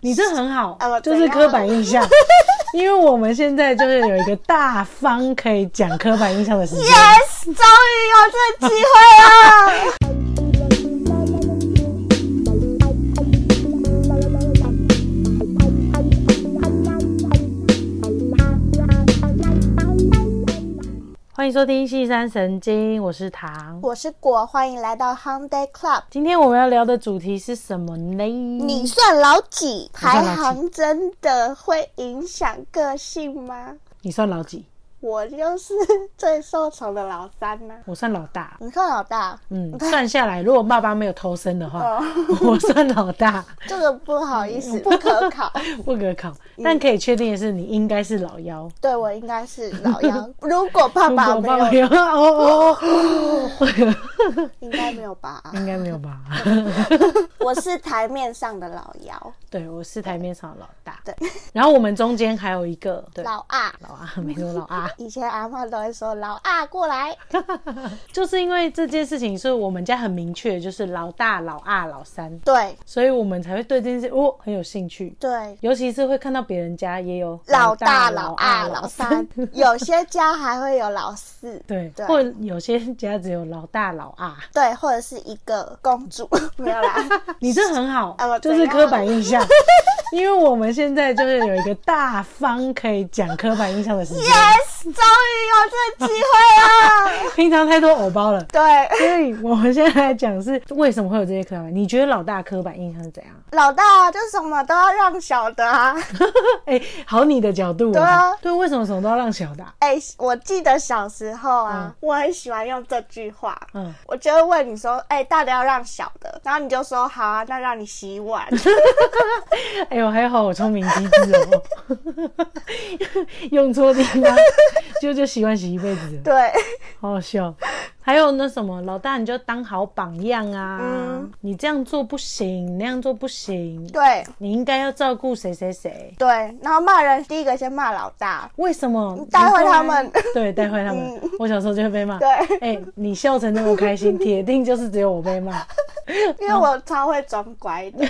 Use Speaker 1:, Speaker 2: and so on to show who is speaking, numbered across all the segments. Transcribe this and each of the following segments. Speaker 1: 你这很好，
Speaker 2: 呃
Speaker 1: 就
Speaker 2: 怎
Speaker 1: 是
Speaker 2: 样
Speaker 1: 刻板印象， 因为我们现在就是有一个大方可以讲刻板印象的时 间。
Speaker 2: Yes，终于有这个机会了。
Speaker 1: 欢迎收听《细山神经》，我是唐。
Speaker 2: 我是果，欢迎来到 Hyundai Club。
Speaker 1: 今天我们要聊的主题是什么呢？
Speaker 2: 你算老几？排
Speaker 1: 算老几
Speaker 2: 行真的会影响个性吗？
Speaker 1: 你算老几？
Speaker 2: 我就是最受宠的老三啊呢、
Speaker 1: 我算老大。
Speaker 2: 你算老大，
Speaker 1: 嗯， 算下来，如果爸爸没有偷生的话， 我算老大，
Speaker 2: 这个不好意思，哦嗯不可考。
Speaker 1: 不可考。
Speaker 2: 嗯
Speaker 1: 但可以确定的是，你应该是老幺。
Speaker 2: 对我应该是老幺， 如果爸
Speaker 1: 如
Speaker 2: 爸
Speaker 1: 果
Speaker 2: 没
Speaker 1: 爸爸
Speaker 2: 有，
Speaker 1: 有，哦哦 哦，
Speaker 2: 应该没有吧？
Speaker 1: 应该没有吧？
Speaker 2: 我是台面上的老幺，
Speaker 1: 对，我是台面上的老大。
Speaker 2: 对，
Speaker 1: 然后我们中间还有一个对
Speaker 2: 老二。
Speaker 1: 老啊， 没错老啊，
Speaker 2: 以前阿妈都会说老二过来，
Speaker 1: 就是因为这件事情，所以我们家很明确，就是老大、老二、老三，
Speaker 2: 对
Speaker 1: 所以我们才会对这件事哦很有兴趣。
Speaker 2: 对，
Speaker 1: 尤其是会看到别人家也有
Speaker 2: 老大、
Speaker 1: 老
Speaker 2: 老二、老三， 有些家还会有老四，
Speaker 1: 对，
Speaker 2: 对
Speaker 1: 或有些家只有老大、老 二，
Speaker 2: 对，或者是一个公主， 没有啦，
Speaker 1: 你这很好
Speaker 2: 啊我，
Speaker 1: 就是
Speaker 2: 怎样
Speaker 1: 刻板印 象，因为我们现在就是有一个大方可以讲刻板印象的时 间，
Speaker 2: Yes，终于有这个机 会了。
Speaker 1: 平常太多偶包了。
Speaker 2: 对，
Speaker 1: 所以我们现在来讲是为什么会有这些刻板？你觉得老大刻板印象是怎样？
Speaker 2: 老大就什么都要让小的 啊。
Speaker 1: 哎、好你的角度、哦
Speaker 2: 对啊
Speaker 1: 对，为什么什么都要让小的啊、
Speaker 2: 哎、我记得小时候啊，我很喜欢用这句话。
Speaker 1: 嗯，
Speaker 2: 我就会问你说：“哎、大的要让小的。”然后你就说：“好啊，那让你洗 碗。
Speaker 1: 哎呦，还好我聪明机智哦， 用错地方 就就习惯洗一辈子”了，
Speaker 2: 对，
Speaker 1: 好好笑。还有那什么，老大你就当好榜样啊，
Speaker 2: 嗯
Speaker 1: 你这样做不行，你那样做不行，
Speaker 2: 对，
Speaker 1: 你应该要照顾谁谁谁。
Speaker 2: 对。然后骂人，第一个先骂老大。
Speaker 1: 为什么
Speaker 2: 带坏他们？
Speaker 1: 对，啊带坏他们。我小时候就会被骂。
Speaker 2: 嗯对
Speaker 1: 哎、你笑成那么开心， 铁定就是只有我被骂，
Speaker 2: 因为我超会装乖的。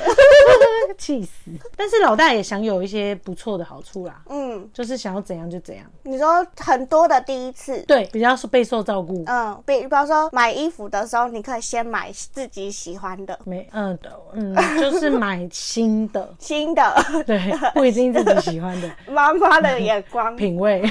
Speaker 1: 气死。但是老大也享有一些不错的好处啦，
Speaker 2: 嗯，
Speaker 1: 就是想要怎样就怎样，
Speaker 2: 你说很多的第一次，
Speaker 1: 对，比较备受照顾。
Speaker 2: 嗯，比比方说买衣服的时候，你可以先买自己喜欢的，
Speaker 1: 没，嗯、嗯，就是买新的
Speaker 2: 新的，
Speaker 1: 对，不一定自己喜欢 的
Speaker 2: 妈妈的眼光
Speaker 1: 品味，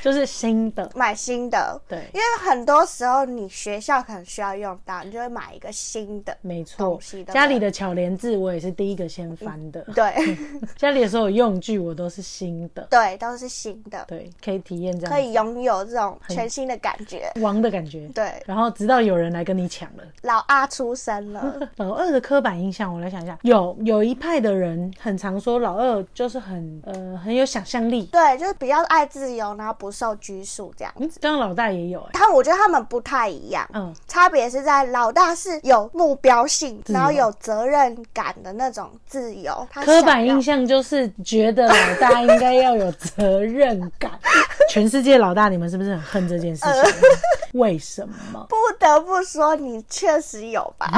Speaker 1: 就是新的。
Speaker 2: 买新的，
Speaker 1: 对
Speaker 2: 因为很多时候你学校可能需要用到，你就会买一个新的。嗯
Speaker 1: 没错
Speaker 2: 东西对，不对
Speaker 1: 家里的巧莲字我也是第一个先翻的，
Speaker 2: 对
Speaker 1: 家里的所有用具我都是新的，
Speaker 2: 对，都是新的，
Speaker 1: 对，可以体验这样
Speaker 2: 可以拥有这种全新的感觉。
Speaker 1: 王的感觉。
Speaker 2: 对，
Speaker 1: 然后直到有人来跟你抢了。
Speaker 2: 老阿出生了，
Speaker 1: 老二的刻板印象，我来想一下，有有一派的人很常说老二就是很呃很有想象力，
Speaker 2: 对，就是比较爱自由，然后不受拘束这样。
Speaker 1: 嗯，这样老大也有哎、
Speaker 2: 他我觉得他们不太一样，
Speaker 1: 嗯，
Speaker 2: 差别是在老大是有目标性，
Speaker 1: 由
Speaker 2: 然后有责任感的那种自由。他
Speaker 1: 刻板
Speaker 2: 想要
Speaker 1: 印象就是觉得老大应该要有责任感。全世界老大，你们是不是很恨这件事情？ 为什么？
Speaker 2: 不得不说，你确实有 吧？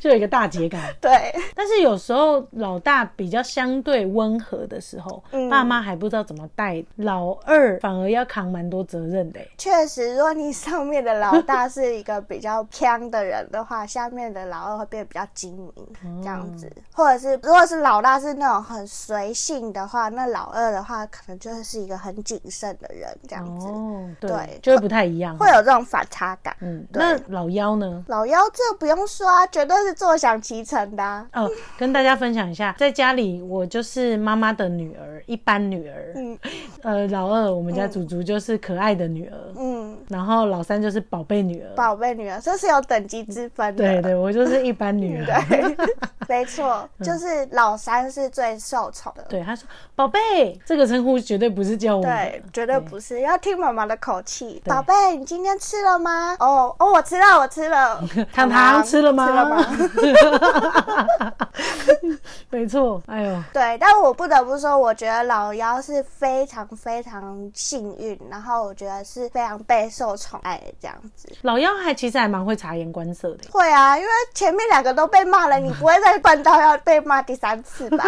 Speaker 1: 就有一个大姐感。
Speaker 2: 对
Speaker 1: 但是有时候老大比较相对温和的时候，爸妈还不知道怎么带老二，反而要扛蛮多责任的、欸。
Speaker 2: 确实，如果你上面的老大是一个比较偏的人的话，下面的老二会变得比较精
Speaker 1: 嗯
Speaker 2: 明，这样子，或者是如果是老大是那种很随性的话，那老二的话可能就是一个很谨慎的人，这样子、
Speaker 1: 哦，
Speaker 2: 对
Speaker 1: 对，就会不太一样。
Speaker 2: 会有这种反差感。
Speaker 1: 嗯，
Speaker 2: 对
Speaker 1: 那老幺呢？
Speaker 2: 老幺这不用说啊，绝对是坐享其成的、啊。
Speaker 1: 哦，跟大家分享一下，在家里我就是妈妈的女儿，一般女儿。
Speaker 2: 嗯
Speaker 1: 呃，老二我们家祖祖就是可爱的女儿，
Speaker 2: 嗯，
Speaker 1: 然后老三就是宝贝女儿。
Speaker 2: 宝贝女儿，这是有等级之分的。
Speaker 1: 对对，我就是一般女儿。
Speaker 2: 嗯对， 没错，就是老三是最受宠的。
Speaker 1: 对，他说宝贝这个称呼绝对不是叫我们的
Speaker 2: 对，绝对不是要听妈妈的口气。
Speaker 1: 嗯对
Speaker 2: 宝贝，你今今天吃了吗？哦哦，我吃了，我 吃了。
Speaker 1: 糖糖吃了吗？
Speaker 2: 吃了吗？
Speaker 1: 没错，哎呦，
Speaker 2: 对，但我不得不说，我觉得老幺是非常非常幸运，然后我觉得是非常备受宠爱的这样子。
Speaker 1: 老妖还其实还蛮会察言观色的。
Speaker 2: 会啊，因为前面两个都被骂了，你不会再笨到要被骂第三次吧？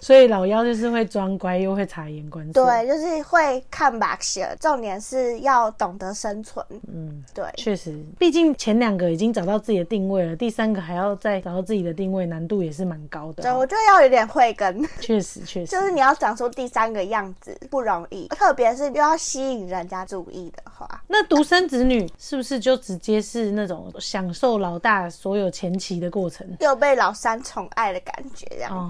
Speaker 1: 所以老妖就是会装乖，又会察言观色。，
Speaker 2: 对，就是会看把戏，重点是要懂得生存。嗯，对，
Speaker 1: 确实，毕竟前两个已经找到自己的定位了，第三个还要再找到自己的定位，难度也是蛮高的
Speaker 2: 对，
Speaker 1: 哦。
Speaker 2: 我觉得要有点慧根。
Speaker 1: 确实，确实
Speaker 2: 就，是你要长出第三个样子不容易，特别是又要吸引人家注意的话，
Speaker 1: 那独生子女是不是就直接是那种享受老大所有前期的过程？
Speaker 2: 又被老三宠爱的感觉，这样。
Speaker 1: 哦，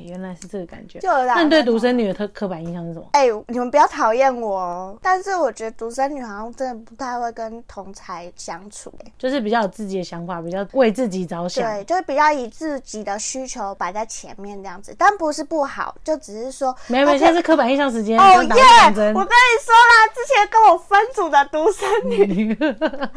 Speaker 1: 原来是这个感觉。
Speaker 2: 就有点
Speaker 1: 那你对独生女的特刻板印象是什么？
Speaker 2: 哎、你们不要讨厌我哦。但是我觉得独生女好像真的不太会跟同才相处、哎
Speaker 1: 就是比较有自己的想法，比较为自己着想。
Speaker 2: 对，就是比较以自己的需求摆在前面这样子，但不是不好，就只是说
Speaker 1: 没有没有，
Speaker 2: 她可以
Speaker 1: 现在是刻板印象时间。
Speaker 2: 哦
Speaker 1: 不
Speaker 2: 耶
Speaker 1: 要打预防！针
Speaker 2: 我跟你说啦，之前跟我分组的独生女，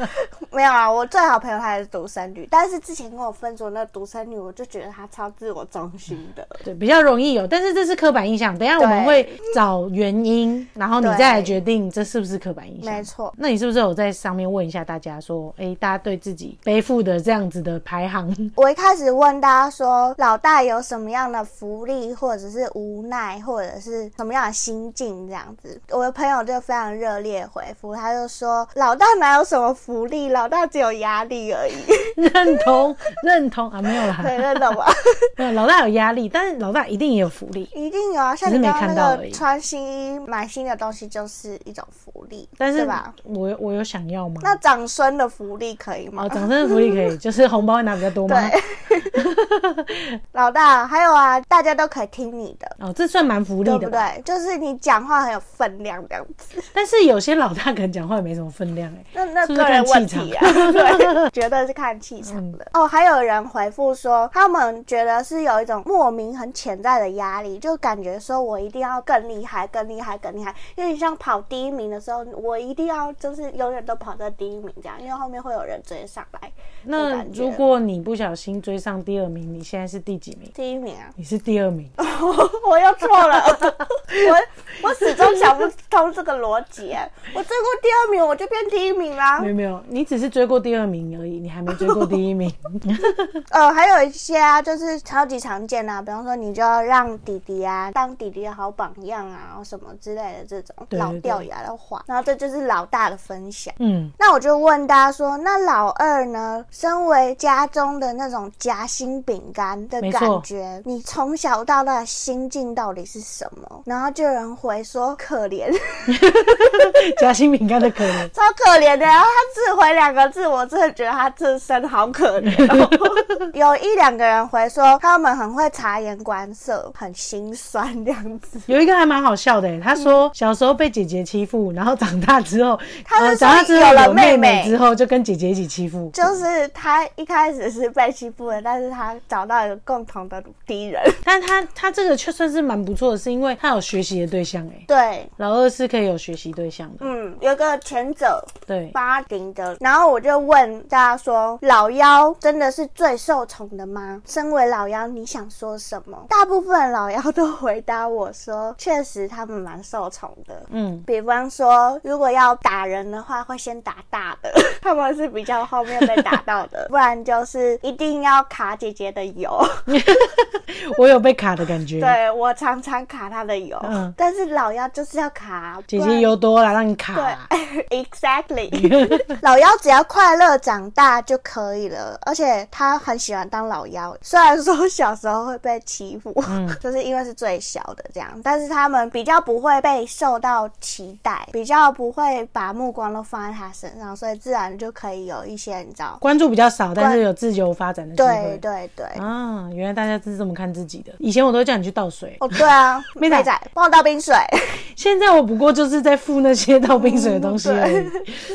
Speaker 2: 没有啊，我最好朋友她也是独生女，但是之前跟我分组的那个独生女，我就觉得她超自我中心的。
Speaker 1: 对，比较容易有，但是这是刻板印象。等一下我
Speaker 2: 对
Speaker 1: 们会找原因，然后你
Speaker 2: 对
Speaker 1: 再来决定这是不 是刻板印象。
Speaker 2: 没错
Speaker 1: 那你是不是有在上面问一下大家说，哎、大家对自己背负的这样子的排行，
Speaker 2: 我一开始问大家说，老大有什么样的福利，或者是无奈，或者是什么样的心境这样子，我的朋友就非常热烈回复，他就说，老大哪有什么福利，老大只有压力而已，
Speaker 1: 认同认同啊？没有啦，
Speaker 2: 很认得吗？
Speaker 1: 没有。老大有压力，但是老大一定也有福利。
Speaker 2: 一定有啊，像
Speaker 1: 只是
Speaker 2: 你
Speaker 1: 没
Speaker 2: 刚刚
Speaker 1: 看
Speaker 2: 那
Speaker 1: 到
Speaker 2: 个
Speaker 1: 而已
Speaker 2: 穿新衣、买新的东西就是一种福利，
Speaker 1: 但
Speaker 2: 对
Speaker 1: 是
Speaker 2: 吧？
Speaker 1: 我有我有想要吗？
Speaker 2: 那长孙的福利可以吗？
Speaker 1: 哦，掌声的福利可以，就是红包会拿比较多 吗？
Speaker 2: 对，老大，还有啊，大家都可以听你的，
Speaker 1: 哦，这算蛮福利
Speaker 2: 对
Speaker 1: 的
Speaker 2: 不
Speaker 1: 吧？
Speaker 2: 对？就是你讲话很有分量这样子，
Speaker 1: 但是有些老大可能讲话也没什么分量哎、
Speaker 2: 那那
Speaker 1: 是不是
Speaker 2: 个人
Speaker 1: 看气嗯
Speaker 2: 问题啊， 对，绝对是看气场的。哦，还有人回复说，他们觉得是有一种莫名很潜在的压力，就感觉说我一定要更厉害、更厉害、更厉害，因为你像跑第一名的时候，我一定要就是永远都跑在第一名这样，因为后面会有人追上来。的
Speaker 1: 那
Speaker 2: 感觉
Speaker 1: 如果你不小心追上第二名，你现在是第几名？
Speaker 2: 第一名 啊，
Speaker 1: 你是第二名，
Speaker 2: 我又错了，我我始终想不通这个逻辑欸。我追过第二名，我就变第一名啦
Speaker 1: 没。有没有，你只是追过第二名而已，你还没追过第一 名。
Speaker 2: 呃，还有一些啊，就是超级常见啊，比方说你就要让弟弟啊当弟弟的好榜样啊，什么之类的这种
Speaker 1: 对
Speaker 2: 老
Speaker 1: 对
Speaker 2: 掉牙的话，然后这就是老大的分享。
Speaker 1: 嗯，
Speaker 2: 那我就问大家说，那老二呢？身为家中的那种夹心饼干的
Speaker 1: 没错
Speaker 2: 感觉，你从小到大的心境到底是什么？然后就有人回说可怜。
Speaker 1: 夹心饼干的可能。
Speaker 2: 超可怜的。然后他只回两个字，我真的觉得他自身好可怜、哦。有一两个人回说他们很会察言观色，很心酸这样子。
Speaker 1: 有一个还蛮好笑的欸，他说小时候被姐姐欺负，然后长大之后，
Speaker 2: 他是
Speaker 1: 呃
Speaker 2: 说
Speaker 1: 长大之后
Speaker 2: 有了
Speaker 1: 有妹
Speaker 2: 妹妹
Speaker 1: 之后就跟姐姐一起欺负。
Speaker 2: 就是他一开始是被欺负的，但是他找到一个共同的敌人。
Speaker 1: 但他他这个却算是蛮不错的，是因为他有学习的对象哎，
Speaker 2: 对，
Speaker 1: 老二是可以有学习对象的，
Speaker 2: 嗯，有一个前者
Speaker 1: 对，
Speaker 2: 巴顶的，然后我就问大家说，老妖真的是最受宠的吗？身为老妖，你想说什么？大部分老妖都回答我说，确实他们蛮受宠的。
Speaker 1: 嗯，
Speaker 2: 比方说，如果要打人的话，会先打大 的，他们是比较后面被打到的，不然就是一定要卡姐姐的油。
Speaker 1: 嗯我有被卡的感觉。
Speaker 2: 对我常常卡她的油，
Speaker 1: 嗯
Speaker 2: 但是老妖就是要卡
Speaker 1: 姐
Speaker 2: 不然
Speaker 1: 姐油多了，让你卡。啊
Speaker 2: 对 ，exactly，老妖只要快乐长大就可以了，而且他很喜欢当老妖，虽然说小时候会被欺负，
Speaker 1: 嗯
Speaker 2: 就是因为是最小的这样，但是他们比较不会被受到期待，比较不会把目光都放在他身上，所以自然就可以有一些你知道，
Speaker 1: 关注比较少，但是有自由发展的机
Speaker 2: 对
Speaker 1: 会。
Speaker 2: 对对，
Speaker 1: 啊，原来大家是这么看自己的。以前我都叫你去倒水，
Speaker 2: 哦对啊，
Speaker 1: 妹
Speaker 2: 妹
Speaker 1: 仔
Speaker 2: 仔帮我倒冰水，
Speaker 1: 现在我不过就是在付那些倒冰水的东西而已，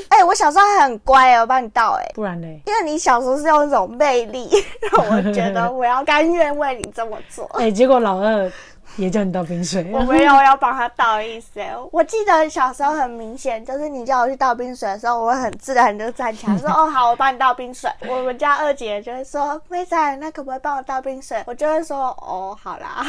Speaker 2: 哎、我小时候还很乖哦，我帮你倒哎、
Speaker 1: 不然嘞。
Speaker 2: 因为你小时候是有一种魅力，让我觉得我要甘愿为你这么做。
Speaker 1: 哎、结果老二也叫你倒冰水，
Speaker 2: 我没有要帮他倒意思欸，我记得小时候很明显，就是你叫我去倒冰水的时候，我会很自然就站起来说：“哦，好，我帮你倒冰水。”我们家二姐就会说：“妹仔，那可不可以帮我倒冰水？”我就会说：“哦，好啦。”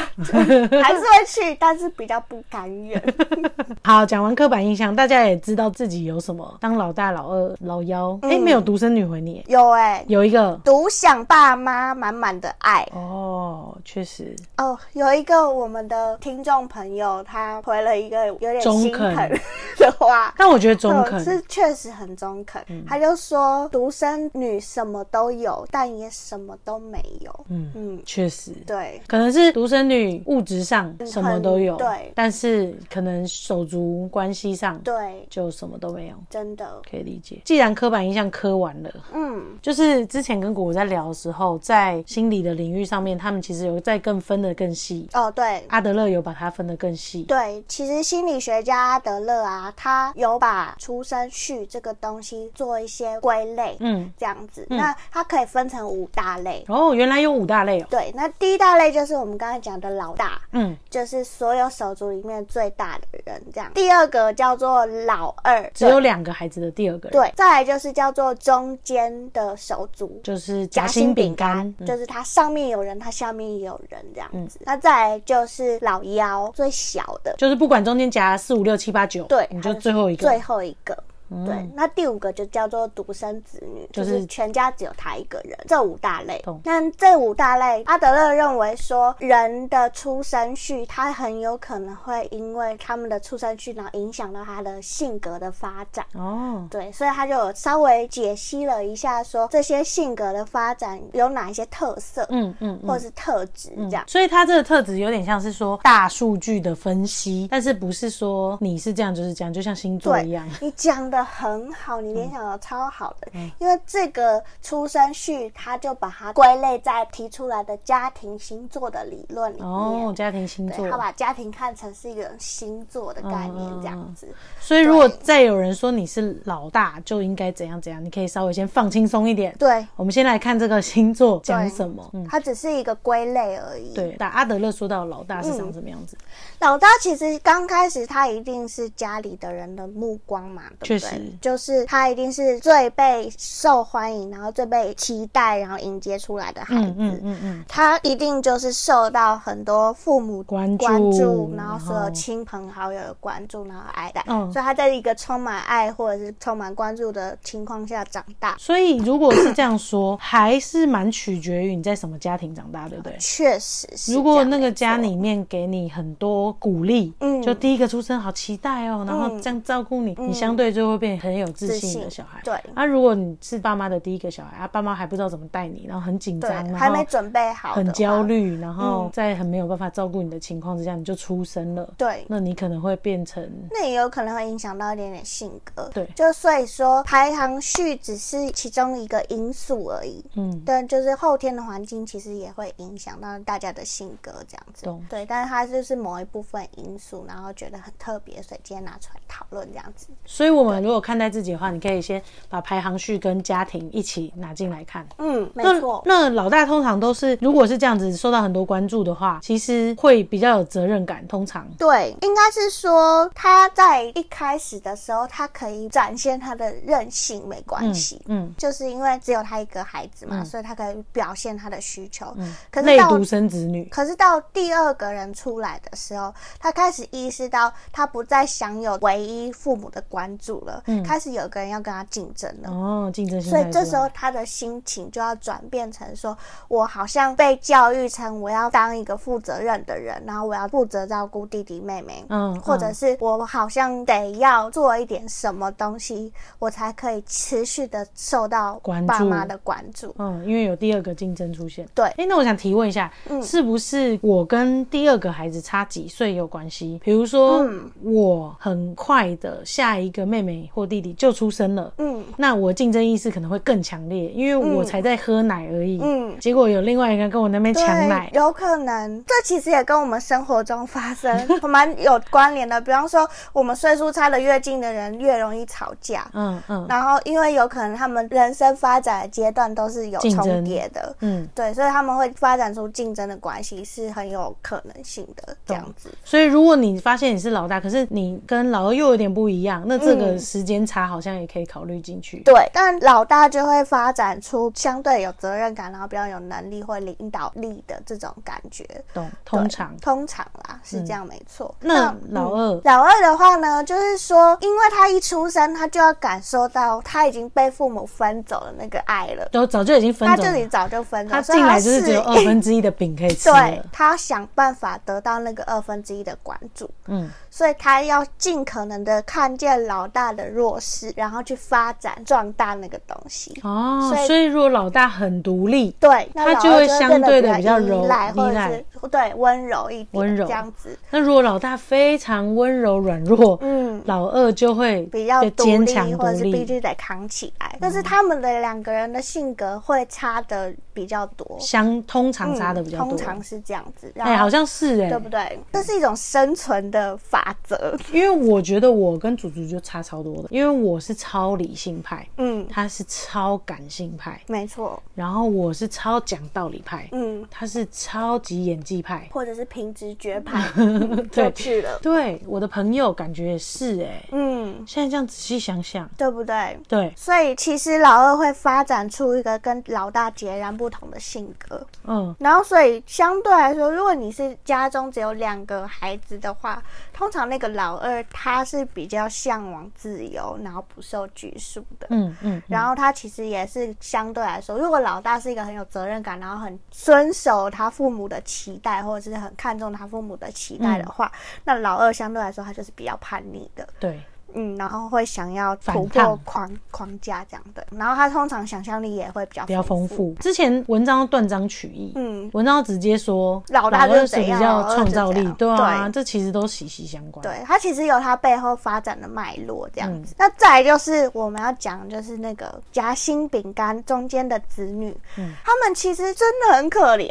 Speaker 2: 还是会去，但是比较不甘愿。
Speaker 1: 好，讲完刻板印象，大家也知道自己有什么，当老大、老二、老幺。
Speaker 2: 嗯
Speaker 1: 哎、没有独生女回你耶，
Speaker 2: 有哎、
Speaker 1: 有一个
Speaker 2: 独享爸妈满满的爱
Speaker 1: 哦，确实
Speaker 2: 哦。有一个我们的听众朋友，他回了一个有点
Speaker 1: 中
Speaker 2: 心
Speaker 1: 肯
Speaker 2: 疼的话，
Speaker 1: 但我觉得 中
Speaker 2: 嗯
Speaker 1: 肯，嗯
Speaker 2: 是确实很中肯。他就说，独生女什么都有，但也什么都没有。嗯嗯，
Speaker 1: 确实。
Speaker 2: 对，
Speaker 1: 可能是独生女物质上
Speaker 2: 嗯
Speaker 1: 什么都有，
Speaker 2: 很对
Speaker 1: 但是可能手足关系上
Speaker 2: 对，
Speaker 1: 就什么都没有，
Speaker 2: 真的，
Speaker 1: 可以理解。既然刻板印象磕完了，
Speaker 2: 嗯
Speaker 1: 就是之前跟果果在聊的时候，在心理的领域上面，他们其实有在更分的更细，
Speaker 2: 哦，对。
Speaker 1: 阿德勒有把它分的更细，
Speaker 2: 对，其实心理学家阿德勒啊，他有把出生序这个东西做一些归类，
Speaker 1: 嗯，
Speaker 2: 这样子。那它可以分成五大类。
Speaker 1: 哦，原来有五大类哦，
Speaker 2: 对，那第一大类就是我们刚才讲的老大，
Speaker 1: 嗯，
Speaker 2: 就是所有手足里面最大的人这样。第二个叫做老二，
Speaker 1: 只有两个孩子的第二个人，，
Speaker 2: 对，再来就是叫做中间的手足。
Speaker 1: 就是夹心饼干，嗯
Speaker 2: 就是它上面有人，它下面也有人这样子。那再来就是老幺，最小的，
Speaker 1: 就是不管中间夹四五六七八九，
Speaker 2: 对，
Speaker 1: 你
Speaker 2: 它
Speaker 1: 就最后一个，嗯
Speaker 2: 最后一个。对，那第五个就叫做独生子女，
Speaker 1: 就
Speaker 2: 就是是全家只有他一个人。这五大类
Speaker 1: 懂，
Speaker 2: 那这五大类，阿德勒认为说，人的出生序，他很有可能会因为他们的出生序，然后影响到他的性格的发展。
Speaker 1: 哦，
Speaker 2: 对，所以他就有稍微解析了一下说，这些性格的发展有哪一些特色，
Speaker 1: 嗯嗯嗯。
Speaker 2: 或者是特质这样。
Speaker 1: 所以他这个特质有点像是说大数据的分析，但是不是说你是这样就是这样，就像星座
Speaker 2: 对
Speaker 1: 一样，
Speaker 2: 你讲的很好，你联想的超好的，
Speaker 1: 嗯
Speaker 2: 因为这个出生序，他就把它归类在提出来的家庭星座的理论里面。
Speaker 1: 哦，家庭星座
Speaker 2: 对，他。把家庭看成是一个星座的概念，这样子。
Speaker 1: 所以如果再有人说你是老大，就应该怎样怎样，你可以稍微先放轻松一点。
Speaker 2: 对，
Speaker 1: 我们先来看这个星座讲
Speaker 2: 对
Speaker 1: 什么。嗯，
Speaker 2: 它只是一个归类而已。
Speaker 1: 对，打阿德勒说到老大是
Speaker 2: 嗯
Speaker 1: 长什么样子，
Speaker 2: 老大其实刚开始他一定是家里的人的目光嘛，对不
Speaker 1: 确实
Speaker 2: 对？就是他一定是最被受欢迎，然后最被期待，然后迎接出来的孩子。
Speaker 1: 嗯嗯嗯嗯，
Speaker 2: 他一定就是受到很多父母
Speaker 1: 关注
Speaker 2: 注
Speaker 1: 然
Speaker 2: 然后所
Speaker 1: 后
Speaker 2: 有亲朋好友的关注，然后爱戴。
Speaker 1: 嗯
Speaker 2: 所以他在一个充满爱或者是充满关注的情况下长大，
Speaker 1: 所以如果是这样说，还是蛮取决于你在什么家庭长大，对不对？
Speaker 2: 确实是这样。
Speaker 1: 如果那个家
Speaker 2: 没错
Speaker 1: 里面给你很多鼓励，
Speaker 2: 嗯
Speaker 1: 就第一个出生好期待哦，然后这样照顾你，你相对就会变得很有自信的小孩。
Speaker 2: 自信对
Speaker 1: 啊，如果你是爸妈的第一个小孩，啊，爸妈还不知道怎么带你，然后很紧张，
Speaker 2: 对
Speaker 1: 然
Speaker 2: 还
Speaker 1: 后
Speaker 2: 没准备好，
Speaker 1: 很焦。虑，然
Speaker 2: 嗯
Speaker 1: 后在很没有办法照顾你的情况之下，你就出生了。
Speaker 2: 对，
Speaker 1: 那你可能会变成
Speaker 2: 那也有可能会影响到一点点性格。
Speaker 1: 对
Speaker 2: 就所以说排行序只是其中一个因素而已。
Speaker 1: 嗯，
Speaker 2: 对，就是后天的环境其实也会影响到大家的性格这样子
Speaker 1: 懂。
Speaker 2: 对，但是它就是某一部分因素，然后觉得很特别，所以今天拿出来讨论这样子。
Speaker 1: 所以我们如果看待自己的话，你可以先把排行序跟家庭一起拿进来看。
Speaker 2: 嗯，没
Speaker 1: 那
Speaker 2: 错。
Speaker 1: 那老大通常都是，如果是这样子受到很多关注的话，其实会比较有责任感。通常
Speaker 2: 对，应该是说他在一开始的时候，他可以展现他的韧性，没关系。
Speaker 1: 嗯，
Speaker 2: 就是因为只有他一个孩子嘛，所以他可以表现他的需求。
Speaker 1: 嗯
Speaker 2: 可是
Speaker 1: 类
Speaker 2: 到
Speaker 1: 独生子女，
Speaker 2: 可是到第二个人出来的时候，他开始意识到他不再享有唯一父母的关注了，开始有一个人要跟他竞争了。
Speaker 1: 嗯哦，竞争心
Speaker 2: 所
Speaker 1: 态
Speaker 2: 以
Speaker 1: 出来。
Speaker 2: 这时候他的心情就要转变成说，我好像被教育成我要当一个负责任的人，然后我要负责照顾弟弟妹妹，
Speaker 1: 嗯
Speaker 2: 或者是我好像得要做一点什么东西，我才可以持续的受到
Speaker 1: 关
Speaker 2: 爸
Speaker 1: 注
Speaker 2: 妈的关注。
Speaker 1: 嗯，因为有第二个竞争出现。
Speaker 2: 对嗯
Speaker 1: 哎、那我想提问一下，是不是我跟第二个孩子差几岁有关系？比比如说、
Speaker 2: 嗯
Speaker 1: 我很快的下一个妹妹或弟弟就出生了，
Speaker 2: 嗯
Speaker 1: 那我竞争意识可能会更强烈，因为我
Speaker 2: 嗯
Speaker 1: 才在喝奶而已。
Speaker 2: 嗯，
Speaker 1: 结果有另外一个人跟我那边抢奶
Speaker 2: 对，，有可能，这其实也跟我们生活中 发生蛮有关联的。比方说，我们岁数差的越近的人，越容易吵架。
Speaker 1: 嗯嗯
Speaker 2: 然后，因为有可能他们人生发展的阶段都是有
Speaker 1: 竞争
Speaker 2: 重叠的，
Speaker 1: 嗯，
Speaker 2: 对，所以他们会发展出竞争的关系是很有可能性的，这样子。
Speaker 1: 所以如果你发现你是老大，可是你跟老二又有点不一样，那这个
Speaker 2: 嗯
Speaker 1: 时间差好像也可以考虑进去。
Speaker 2: 对，但老大就会发展出相对有责任感，然后比较有能力或领导力的这种感觉。
Speaker 1: 懂，
Speaker 2: 对
Speaker 1: 通常
Speaker 2: 通常啦是这样，没错。
Speaker 1: 嗯那老二
Speaker 2: 嗯老二的话呢，就是说，因为他一出生，他就要感受到他已经被父母分走的那个爱了，
Speaker 1: 都早就已经分
Speaker 2: 他
Speaker 1: 走
Speaker 2: 这里
Speaker 1: 了，
Speaker 2: 早就分走，
Speaker 1: 他
Speaker 2: 所以
Speaker 1: 进来
Speaker 2: 要
Speaker 1: 就是只有
Speaker 2: 适
Speaker 1: 二
Speaker 2: 应
Speaker 1: 分之一的饼可以吃
Speaker 2: 对
Speaker 1: 了。
Speaker 2: 他要想办法得到那个二分之一的关注，
Speaker 1: 嗯，
Speaker 2: 所以他要尽可能的看见老大的弱势，然后去发展壮大那个东西。
Speaker 1: 哦，
Speaker 2: 所以
Speaker 1: 所以如果老大很独立，
Speaker 2: 对，那
Speaker 1: 他
Speaker 2: 老
Speaker 1: 就
Speaker 2: 二
Speaker 1: 会
Speaker 2: 就会
Speaker 1: 相
Speaker 2: 变得
Speaker 1: 对地比较
Speaker 2: 依
Speaker 1: 柔
Speaker 2: 赖或
Speaker 1: 依
Speaker 2: 者
Speaker 1: 赖
Speaker 2: 是对温柔一点，
Speaker 1: 温柔
Speaker 2: 这样子，
Speaker 1: 那如果老大非常温柔软弱，
Speaker 2: 嗯。
Speaker 1: 老二就会
Speaker 2: 比较独
Speaker 1: 坚
Speaker 2: 立
Speaker 1: 强，独
Speaker 2: 或者是必
Speaker 1: 立，嗯
Speaker 2: 须得扛起来，但是他们的两个人的性格会差的比较多，
Speaker 1: 相通常差的比较
Speaker 2: 嗯
Speaker 1: 多。
Speaker 2: 通常是这样子。然
Speaker 1: 哎、
Speaker 2: 后
Speaker 1: 好像是哎、
Speaker 2: 对不对？这是一种生存的法则。
Speaker 1: 因为我觉得我跟祖祖就差超多的，因为我是超理性派，
Speaker 2: 嗯，
Speaker 1: 他是超感性派，
Speaker 2: 没错。
Speaker 1: 然后我是超讲道理派，
Speaker 2: 嗯，
Speaker 1: 他是超级演技派。
Speaker 2: 或者是凭直觉派嗯就
Speaker 1: 对
Speaker 2: 去了。
Speaker 1: 对，我的朋友感觉也是哎、
Speaker 2: 嗯，
Speaker 1: 现在这样仔细想想，
Speaker 2: 对不对？
Speaker 1: 对，
Speaker 2: 所以其实老二会发展出一个跟老大截然不同的性格，
Speaker 1: 嗯，
Speaker 2: 然后所以相对来说，如果你是家中只有两个孩子的话，通常那个老二他是比较向往自由，然后不受拘束的。
Speaker 1: 嗯嗯，
Speaker 2: 然后他其实也是相对来说，如果老大是一个很有责任感，然后很遵守他父母的期待，或者是很看重他父母的期待的话，
Speaker 1: 嗯
Speaker 2: 那老二相对来说他就是比较叛逆的，
Speaker 1: 对，
Speaker 2: 嗯，然后会想要
Speaker 1: 反
Speaker 2: 突
Speaker 1: 抗
Speaker 2: 破框框架这样的，然后他通常想象力也会比较
Speaker 1: 比较丰
Speaker 2: 富，
Speaker 1: 富。之前文章断章取义，
Speaker 2: 嗯，
Speaker 1: 文章直接说
Speaker 2: 老大
Speaker 1: 二
Speaker 2: 就是是
Speaker 1: 比
Speaker 2: 怎样
Speaker 1: 较创造力
Speaker 2: 老二就，
Speaker 1: 对
Speaker 2: 怎样
Speaker 1: 啊，这其实都息息相关。，
Speaker 2: 对，它其实有它背后发展的脉络这
Speaker 1: 嗯
Speaker 2: 样子。那再来就是我们要讲，就是那个夹心饼干中间的子女，
Speaker 1: 嗯
Speaker 2: 他们其实真的很可怜。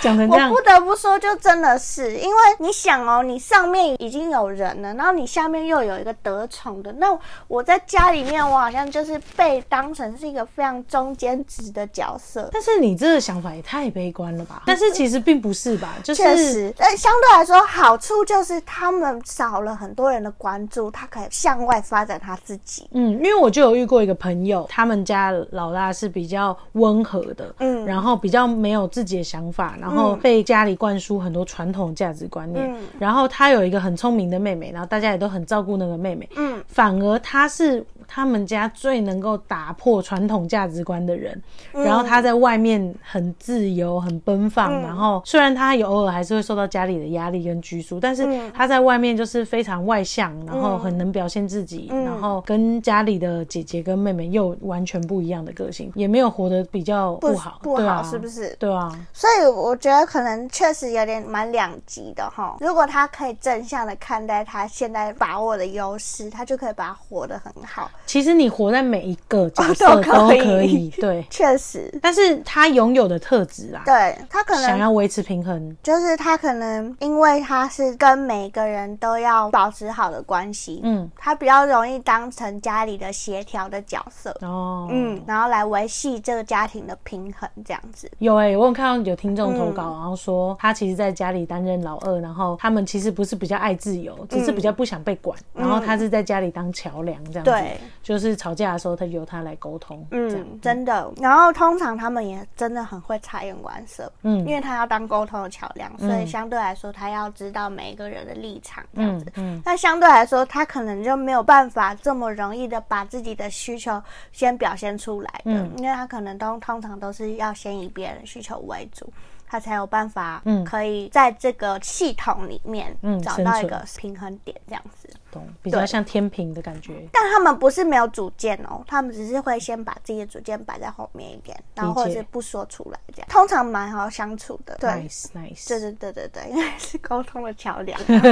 Speaker 1: 讲成这
Speaker 2: 我
Speaker 1: 样
Speaker 2: 不，得不说，就真的是因为你想哦，你上面已经有人了，然后你下面又有一个得宠的，那我在家里面，我好像就是被当成是一个非常中间值的角色。
Speaker 1: 但是你这个想法也太悲观了吧？但是其实并不是吧，就
Speaker 2: 嗯确
Speaker 1: 是
Speaker 2: 实，但相对来说，好处就是他们少了很多人的关注，他可以向外发展他自己。
Speaker 1: 嗯，因为我就有遇过一个朋友，他们家老大是比较温和的，嗯，
Speaker 2: 嗯
Speaker 1: 然后比较没有自己的想法，然后被家里灌输很多传统价值观念，
Speaker 2: 嗯
Speaker 1: 然后他有一个很聪明的妹妹，然后大家也都很照顾那个妹妹，
Speaker 2: 嗯
Speaker 1: 反而他是他们家最能够打破传统价值观的人，
Speaker 2: 嗯
Speaker 1: 然后他在外面很自由、很奔放，然后虽然他有偶尔还是会受到家里的压力跟拘束，但是
Speaker 2: 嗯
Speaker 1: 他在外面就是非常外向，然后很能表现自己，
Speaker 2: 嗯
Speaker 1: 然后跟家里的姐姐跟妹妹又完全不一样的个性，也没有活得比较不好，
Speaker 2: 不
Speaker 1: 对啊，
Speaker 2: 好是不是
Speaker 1: 对啊，
Speaker 2: 所以我觉得可能确实有点蛮两极的哈。如果他可以正向的看待他现在把握的优势，他就可以把它活得很好。
Speaker 1: 其实你活在每一个角色都
Speaker 2: 哦都可
Speaker 1: 可以，
Speaker 2: 以
Speaker 1: 对，
Speaker 2: 确实，
Speaker 1: 但是他拥有的特质啊，
Speaker 2: 对他可
Speaker 1: 想
Speaker 2: 能
Speaker 1: 要维持平衡，
Speaker 2: 就是他可能因为他是跟每个人都要保持好的关系，
Speaker 1: 嗯。
Speaker 2: 他比较容易当成家里的协调的角色。
Speaker 1: 哦，嗯，
Speaker 2: 嗯，然后来维系这个家庭的平衡，这样子。
Speaker 1: 有哎、我有看到有听众投
Speaker 2: 嗯
Speaker 1: 稿，然后说他其实在家里担任老二，然后他们其实不是比较爱自由，只是
Speaker 2: 嗯
Speaker 1: 比较不想被管，然后他是在家里当桥梁这样子，
Speaker 2: 对，
Speaker 1: 就是吵架的时候他由他来沟通，这样，
Speaker 2: 嗯，真的。然后通常他们也真的很会察言观色，
Speaker 1: 嗯
Speaker 2: 因为他要当沟通的桥梁，所以相对来说他要知道每一个人的立场这样
Speaker 1: 嗯
Speaker 2: 子。
Speaker 1: 嗯，
Speaker 2: 那相对来说，他可能就没有办法这么容易的把自己的需求先表现出来的，
Speaker 1: 嗯
Speaker 2: 因为他可能都通常都是要先以别人的需求为主，他才有办法
Speaker 1: 嗯
Speaker 2: 可以在这个系统里面
Speaker 1: 嗯
Speaker 2: 找
Speaker 1: 生
Speaker 2: 到一
Speaker 1: 存
Speaker 2: 个平衡点这样子。
Speaker 1: 懂，比较
Speaker 2: 对
Speaker 1: 像天平的感觉。
Speaker 2: 但他们不是没有主见哦，他们只是会先把自己的主见摆在后面一点，然后或者是不说出来这样，通常蛮好相处的。对，
Speaker 1: Nice nice，
Speaker 2: 对对对对对，因为是沟通的桥梁。啊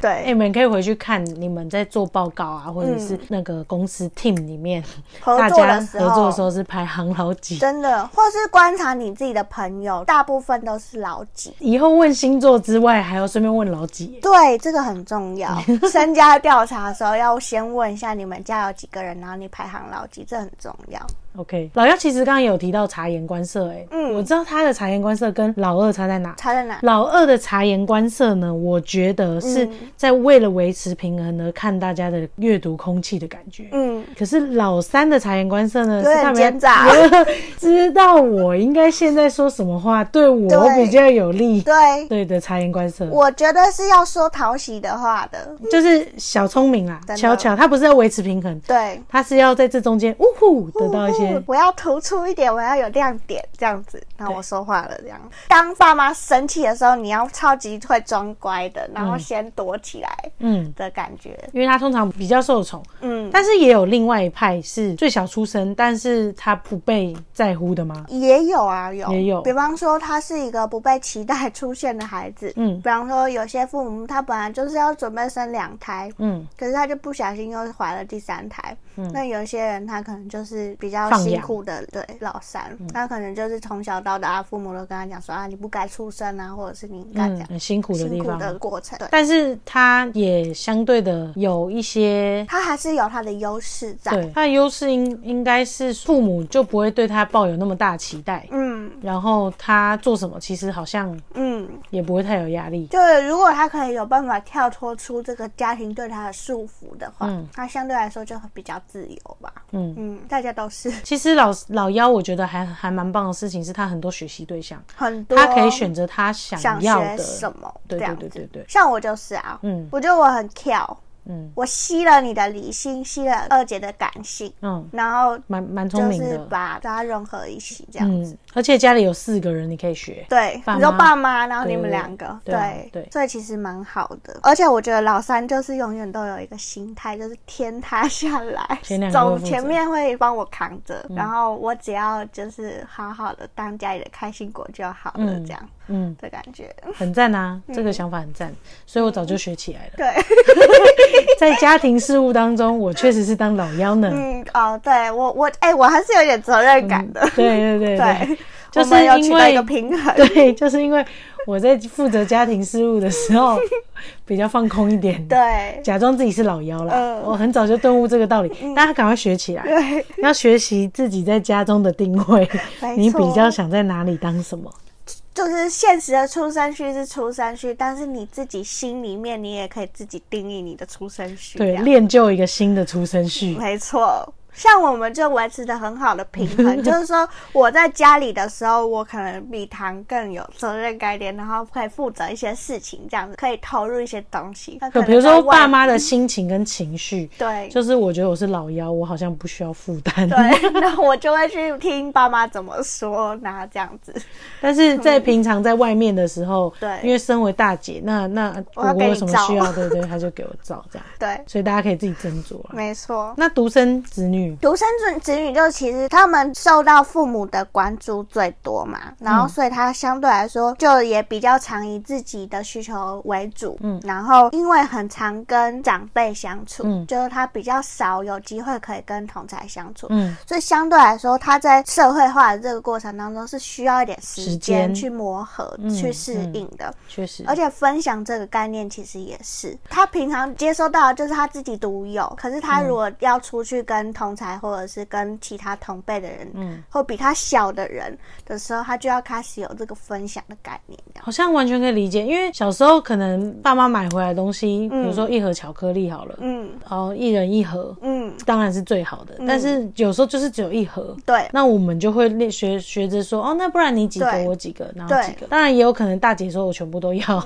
Speaker 2: 对，
Speaker 1: 哎、你们可以回去看你们在做报告啊，或者是那个公司 team 里面，
Speaker 2: 嗯合
Speaker 1: 大
Speaker 2: 作
Speaker 1: 家
Speaker 2: 的时
Speaker 1: 合作的时
Speaker 2: 候。
Speaker 1: 候是排行老几。
Speaker 2: 真的，或是观察你自己的朋友，大部分都是老几。
Speaker 1: 以后问星座之外，还要顺便问老几。
Speaker 2: 对，这个很 重要。身家调查的时候，要先问一下你们家有几个人，然后你排行老几，这很重要。
Speaker 1: OK，老幺其实刚刚有提到察言观色、哎，
Speaker 2: 嗯
Speaker 1: 我知道他的察言观色跟老二差在哪。
Speaker 2: 差在哪？
Speaker 1: 老二的察言观色呢，我觉得是
Speaker 2: 嗯
Speaker 1: 在为了维持平衡而看大家的阅读空气的感觉。
Speaker 2: 嗯，
Speaker 1: 可是老三的察言观色呢，
Speaker 2: 有
Speaker 1: 是
Speaker 2: 点
Speaker 1: 他
Speaker 2: 奸
Speaker 1: 们
Speaker 2: 诈
Speaker 1: 知道我应该现在说什么话对我
Speaker 2: 对
Speaker 1: 比较有利，
Speaker 2: 对，
Speaker 1: 对的察言观色。
Speaker 2: 我觉得是要说讨喜的话的。
Speaker 1: 就是小聪明啦，
Speaker 2: 真的
Speaker 1: 巧巧，他不是要维持平衡，
Speaker 2: 对，
Speaker 1: 他是要在这中间，呜呼，得到一些
Speaker 2: 嗯我要突出一点，我要有亮点，这样子，然后我说话了，这样。当爸妈生气的时候，你要超级会装乖的，然后先躲起来
Speaker 1: 嗯。
Speaker 2: 的感觉。
Speaker 1: 因为他通常比较受宠，
Speaker 2: 嗯，
Speaker 1: 但是也有另外一派是最小出身，但是他不被在乎的吗？
Speaker 2: 也有啊，有
Speaker 1: 也有
Speaker 2: 比方说，他是一个不被期待出现的孩子。
Speaker 1: 嗯
Speaker 2: 比方说，有些父母他本来就是要准备生两胎，
Speaker 1: 嗯，
Speaker 2: 可是他就不小心又怀了第三胎。那有些人他可能就是比较
Speaker 1: 放
Speaker 2: 辛
Speaker 1: 养嗯
Speaker 2: 苦的，对老三，他可能就是从小到大父母都跟他讲说啊，你不该出生啊，或者是你应该这
Speaker 1: 嗯
Speaker 2: 样。，
Speaker 1: 很辛苦的
Speaker 2: 辛
Speaker 1: 地
Speaker 2: 苦
Speaker 1: 方，
Speaker 2: 的过程，对，
Speaker 1: 但是他也相对的有一些。
Speaker 2: 他还是有他的优势在。
Speaker 1: 对，他的优势应应该是父母就不会对他抱有那么大期待，
Speaker 2: 嗯
Speaker 1: 然后他做什么其实好像
Speaker 2: 嗯，
Speaker 1: 也不会太有压力。
Speaker 2: 就是如果他可以有办法跳脱出这个家庭对他的束缚的话，
Speaker 1: 嗯
Speaker 2: 他相对来说就比较自由吧。
Speaker 1: 嗯
Speaker 2: 嗯，大家都是
Speaker 1: 其实老老幺我觉得还还蛮棒的事情是他很多学习对象，
Speaker 2: 很多，
Speaker 1: 他可以选择他想
Speaker 2: 哦想
Speaker 1: 要
Speaker 2: 学
Speaker 1: 的。
Speaker 2: 什么
Speaker 1: 对
Speaker 2: 这
Speaker 1: 对
Speaker 2: 样
Speaker 1: 对对
Speaker 2: 子。
Speaker 1: 对，
Speaker 2: 像我就是啊，
Speaker 1: 嗯
Speaker 2: 我觉得我很跳，
Speaker 1: 嗯
Speaker 2: 我吸了你的理性，吸了二姐的感性，
Speaker 1: 嗯，
Speaker 2: 然后
Speaker 1: 蛮蛮聪
Speaker 2: 就
Speaker 1: 明
Speaker 2: 是
Speaker 1: 的。
Speaker 2: 把它融合一起这样。
Speaker 1: 嗯，而且家里有四个人，你可以学。
Speaker 2: 对，
Speaker 1: 爸
Speaker 2: 你说
Speaker 1: 妈
Speaker 2: 爸妈，然后你
Speaker 1: 对对
Speaker 2: 们两个，
Speaker 1: 对啊对
Speaker 2: 所以其实蛮好的。而且我觉得老三就是永远都有一个心态，就是天塌下来
Speaker 1: 前两，个会
Speaker 2: 总
Speaker 1: 负责嗯
Speaker 2: 前面会帮我扛着，然后我只要就是好好的当家里的开心果就好了，
Speaker 1: 嗯
Speaker 2: 这样
Speaker 1: 嗯，
Speaker 2: 的感觉。
Speaker 1: 很赞啊，
Speaker 2: 嗯
Speaker 1: 这个想法很赞，所以我早就学起来了。
Speaker 2: 对，
Speaker 1: 在家庭事务当中，我确实是当老幺呢。
Speaker 2: 嗯，哦，对我我哎、我还是有点责任感的，
Speaker 1: 嗯 对对对
Speaker 2: 对，
Speaker 1: 就
Speaker 2: 我
Speaker 1: 是
Speaker 2: 们有
Speaker 1: 因
Speaker 2: 取得一
Speaker 1: 为
Speaker 2: 个平衡。
Speaker 1: 对，就是因为我在负责家庭事务的时候 比较放空一点，
Speaker 2: 对
Speaker 1: 假装自己是老幺啦。
Speaker 2: 嗯
Speaker 1: 我很早就顿悟这个道理，大家赶快学起来，
Speaker 2: 对，
Speaker 1: 要学习自己在家中的定位，
Speaker 2: 没
Speaker 1: 你比
Speaker 2: 错
Speaker 1: 较想在哪里当什么。
Speaker 2: 就是现实的出生区是出生区，但是你自己心里面你也可以自己定义你的出生区。这
Speaker 1: 对，
Speaker 2: 样
Speaker 1: 练就一个新的出生序。
Speaker 2: 没错。像我们就维持的很好的平 衡，就是说我在家里的时候，我可能比唐更有责任感一点，然后可以负责一些事情，这样子可以投入一些东西。那可
Speaker 1: 就
Speaker 2: 能
Speaker 1: 比如
Speaker 2: 在
Speaker 1: 说
Speaker 2: 外
Speaker 1: 爸妈的心情跟情绪，
Speaker 2: 对
Speaker 1: 就是我觉得我是老幺，我好像不需要负担。
Speaker 2: 对，那我就会去听爸妈怎么说，那这样子，
Speaker 1: 但是在平常在外面的时候，
Speaker 2: 嗯对
Speaker 1: 因为身为大姐，那那
Speaker 2: 我要
Speaker 1: 我
Speaker 2: 给你
Speaker 1: 有什么
Speaker 2: 照
Speaker 1: 需要，对对，她就给我照 这样，
Speaker 2: 对，
Speaker 1: 所以大家可以自己斟酌啦。
Speaker 2: 没错。
Speaker 1: 那独生子女，
Speaker 2: 独生子子女就其实他们受到父母的关注最多嘛，然
Speaker 1: 嗯
Speaker 2: 后所以他相对来说就也比较常以自己的需求为主，嗯，然后因为很常跟长辈相处，
Speaker 1: 嗯
Speaker 2: 就是他比较少有机会可以跟同才相处，
Speaker 1: 嗯，
Speaker 2: 所以相对来说他在社会化的这个过程当中是需要一点
Speaker 1: 时
Speaker 2: 时
Speaker 1: 间嗯
Speaker 2: 间去磨合、去适应的，
Speaker 1: 确实，
Speaker 2: 而且分享这个概念其实也是，他平常接收到的就是他自己独有，可是他如果要出去跟同才或者是跟其他同辈的人，
Speaker 1: 嗯
Speaker 2: 或比他小的人的时候，他就要开始有这个分享的概念，这样
Speaker 1: 好像完全可以理解，因为小时候可能爸妈买回来的东西，比如说一盒巧克力好了，
Speaker 2: 嗯
Speaker 1: 然后一人一盒，
Speaker 2: 嗯，
Speaker 1: 当然是最好的，但是有时候就是只有一盒，
Speaker 2: 对
Speaker 1: 那我们就会练学学着说，哦，那不然你几个
Speaker 2: 对
Speaker 1: 我几个，然后
Speaker 2: 对嗯
Speaker 1: 几个。当然也有可能大姐说我全部都要，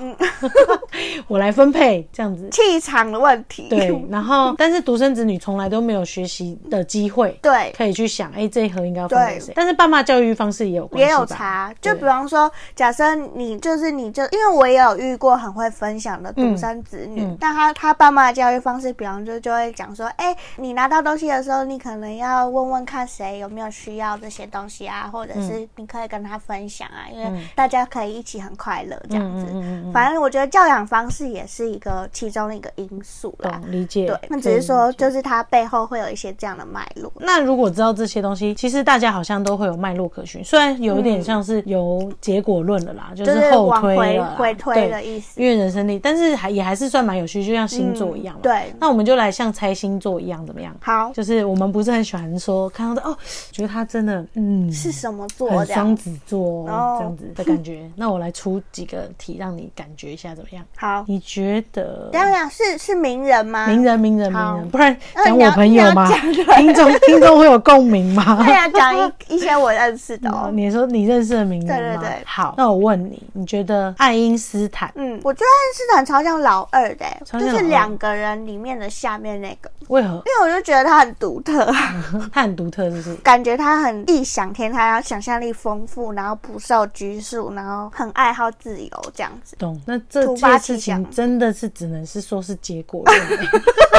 Speaker 1: 我来分配这 样子。
Speaker 2: 气场的问题。
Speaker 1: 对，然后但是独生子女从来都没有学习的机会，
Speaker 2: 对
Speaker 1: 可以去想，哎、这一盒应该要分给
Speaker 2: 对
Speaker 1: 谁？但是爸妈教育方式也有关系
Speaker 2: 也有
Speaker 1: 吧
Speaker 2: 差，
Speaker 1: 对
Speaker 2: 就比方说，假设你就是你就，因为我也有遇过很会分享的
Speaker 1: 嗯
Speaker 2: 独生子女，但他他爸妈的教育方式，比方说就会讲说，哎、你拿到东西的时候，你可能要问问看谁有没有需要这些东西啊，或者
Speaker 1: 嗯
Speaker 2: 是你可以跟他分享啊，因为大家可以一起很快乐这
Speaker 1: 嗯
Speaker 2: 样子。反正我觉得教养方式也是一个其中的一个因素啦。
Speaker 1: 懂理解。
Speaker 2: 对，那只是
Speaker 1: 对
Speaker 2: 说，就是它背后会有一些这样的脉络。
Speaker 1: 那如果知道这些东西，其实大家好像都会有脉络可循，虽然有一点像是有结果论了啦，就
Speaker 2: 嗯就是
Speaker 1: 后
Speaker 2: 往
Speaker 1: 推
Speaker 2: 回
Speaker 1: 了啦
Speaker 2: 回推的
Speaker 1: 对
Speaker 2: 意思，
Speaker 1: 因为人生历，但是还也还是算蛮有趣，就像星座一样嘛。
Speaker 2: 嗯对
Speaker 1: 那我们就来像猜星座一样，怎么样？
Speaker 2: 好
Speaker 1: 就是我们不是很喜欢说看到的哦，觉得他真的嗯
Speaker 2: 是什么座
Speaker 1: 很
Speaker 2: 这
Speaker 1: 双
Speaker 2: 样？
Speaker 1: 子座、哦
Speaker 2: 哦、
Speaker 1: 这样子的感觉。那我来出几个题让你感觉一下怎么样？
Speaker 2: 好，
Speaker 1: 你觉得
Speaker 2: 等一下是是名人吗？
Speaker 1: 名人名人名
Speaker 2: 啊好
Speaker 1: 人，不然
Speaker 2: 呃
Speaker 1: 讲
Speaker 2: 你
Speaker 1: 我
Speaker 2: 要
Speaker 1: 朋
Speaker 2: 你
Speaker 1: 友
Speaker 2: 要
Speaker 1: 吗？
Speaker 2: 讲对
Speaker 1: 听众听众会有共鸣吗？
Speaker 2: 对啊，讲一一些我认识的
Speaker 1: 哦，
Speaker 2: 哦。
Speaker 1: 你说你认识的名人吗？
Speaker 2: 对对对
Speaker 1: 好，那我问你，你觉得爱因斯坦？
Speaker 2: 嗯，我觉得爱因斯坦超像老二的欸、
Speaker 1: 超像
Speaker 2: 就
Speaker 1: 老
Speaker 2: 是
Speaker 1: 二
Speaker 2: 两个人里面的下面那个，
Speaker 1: 为何
Speaker 2: 因为我就觉得他很独特，
Speaker 1: 他很独特？是不是？
Speaker 2: 感觉他很异想天开，然后想象力丰富，然后不受拘束，然后很爱好自由这样子。
Speaker 1: 懂？那这
Speaker 2: 突
Speaker 1: 件
Speaker 2: 发
Speaker 1: 事
Speaker 2: 奇
Speaker 1: 情
Speaker 2: 想
Speaker 1: 真的是只能是说是结果论。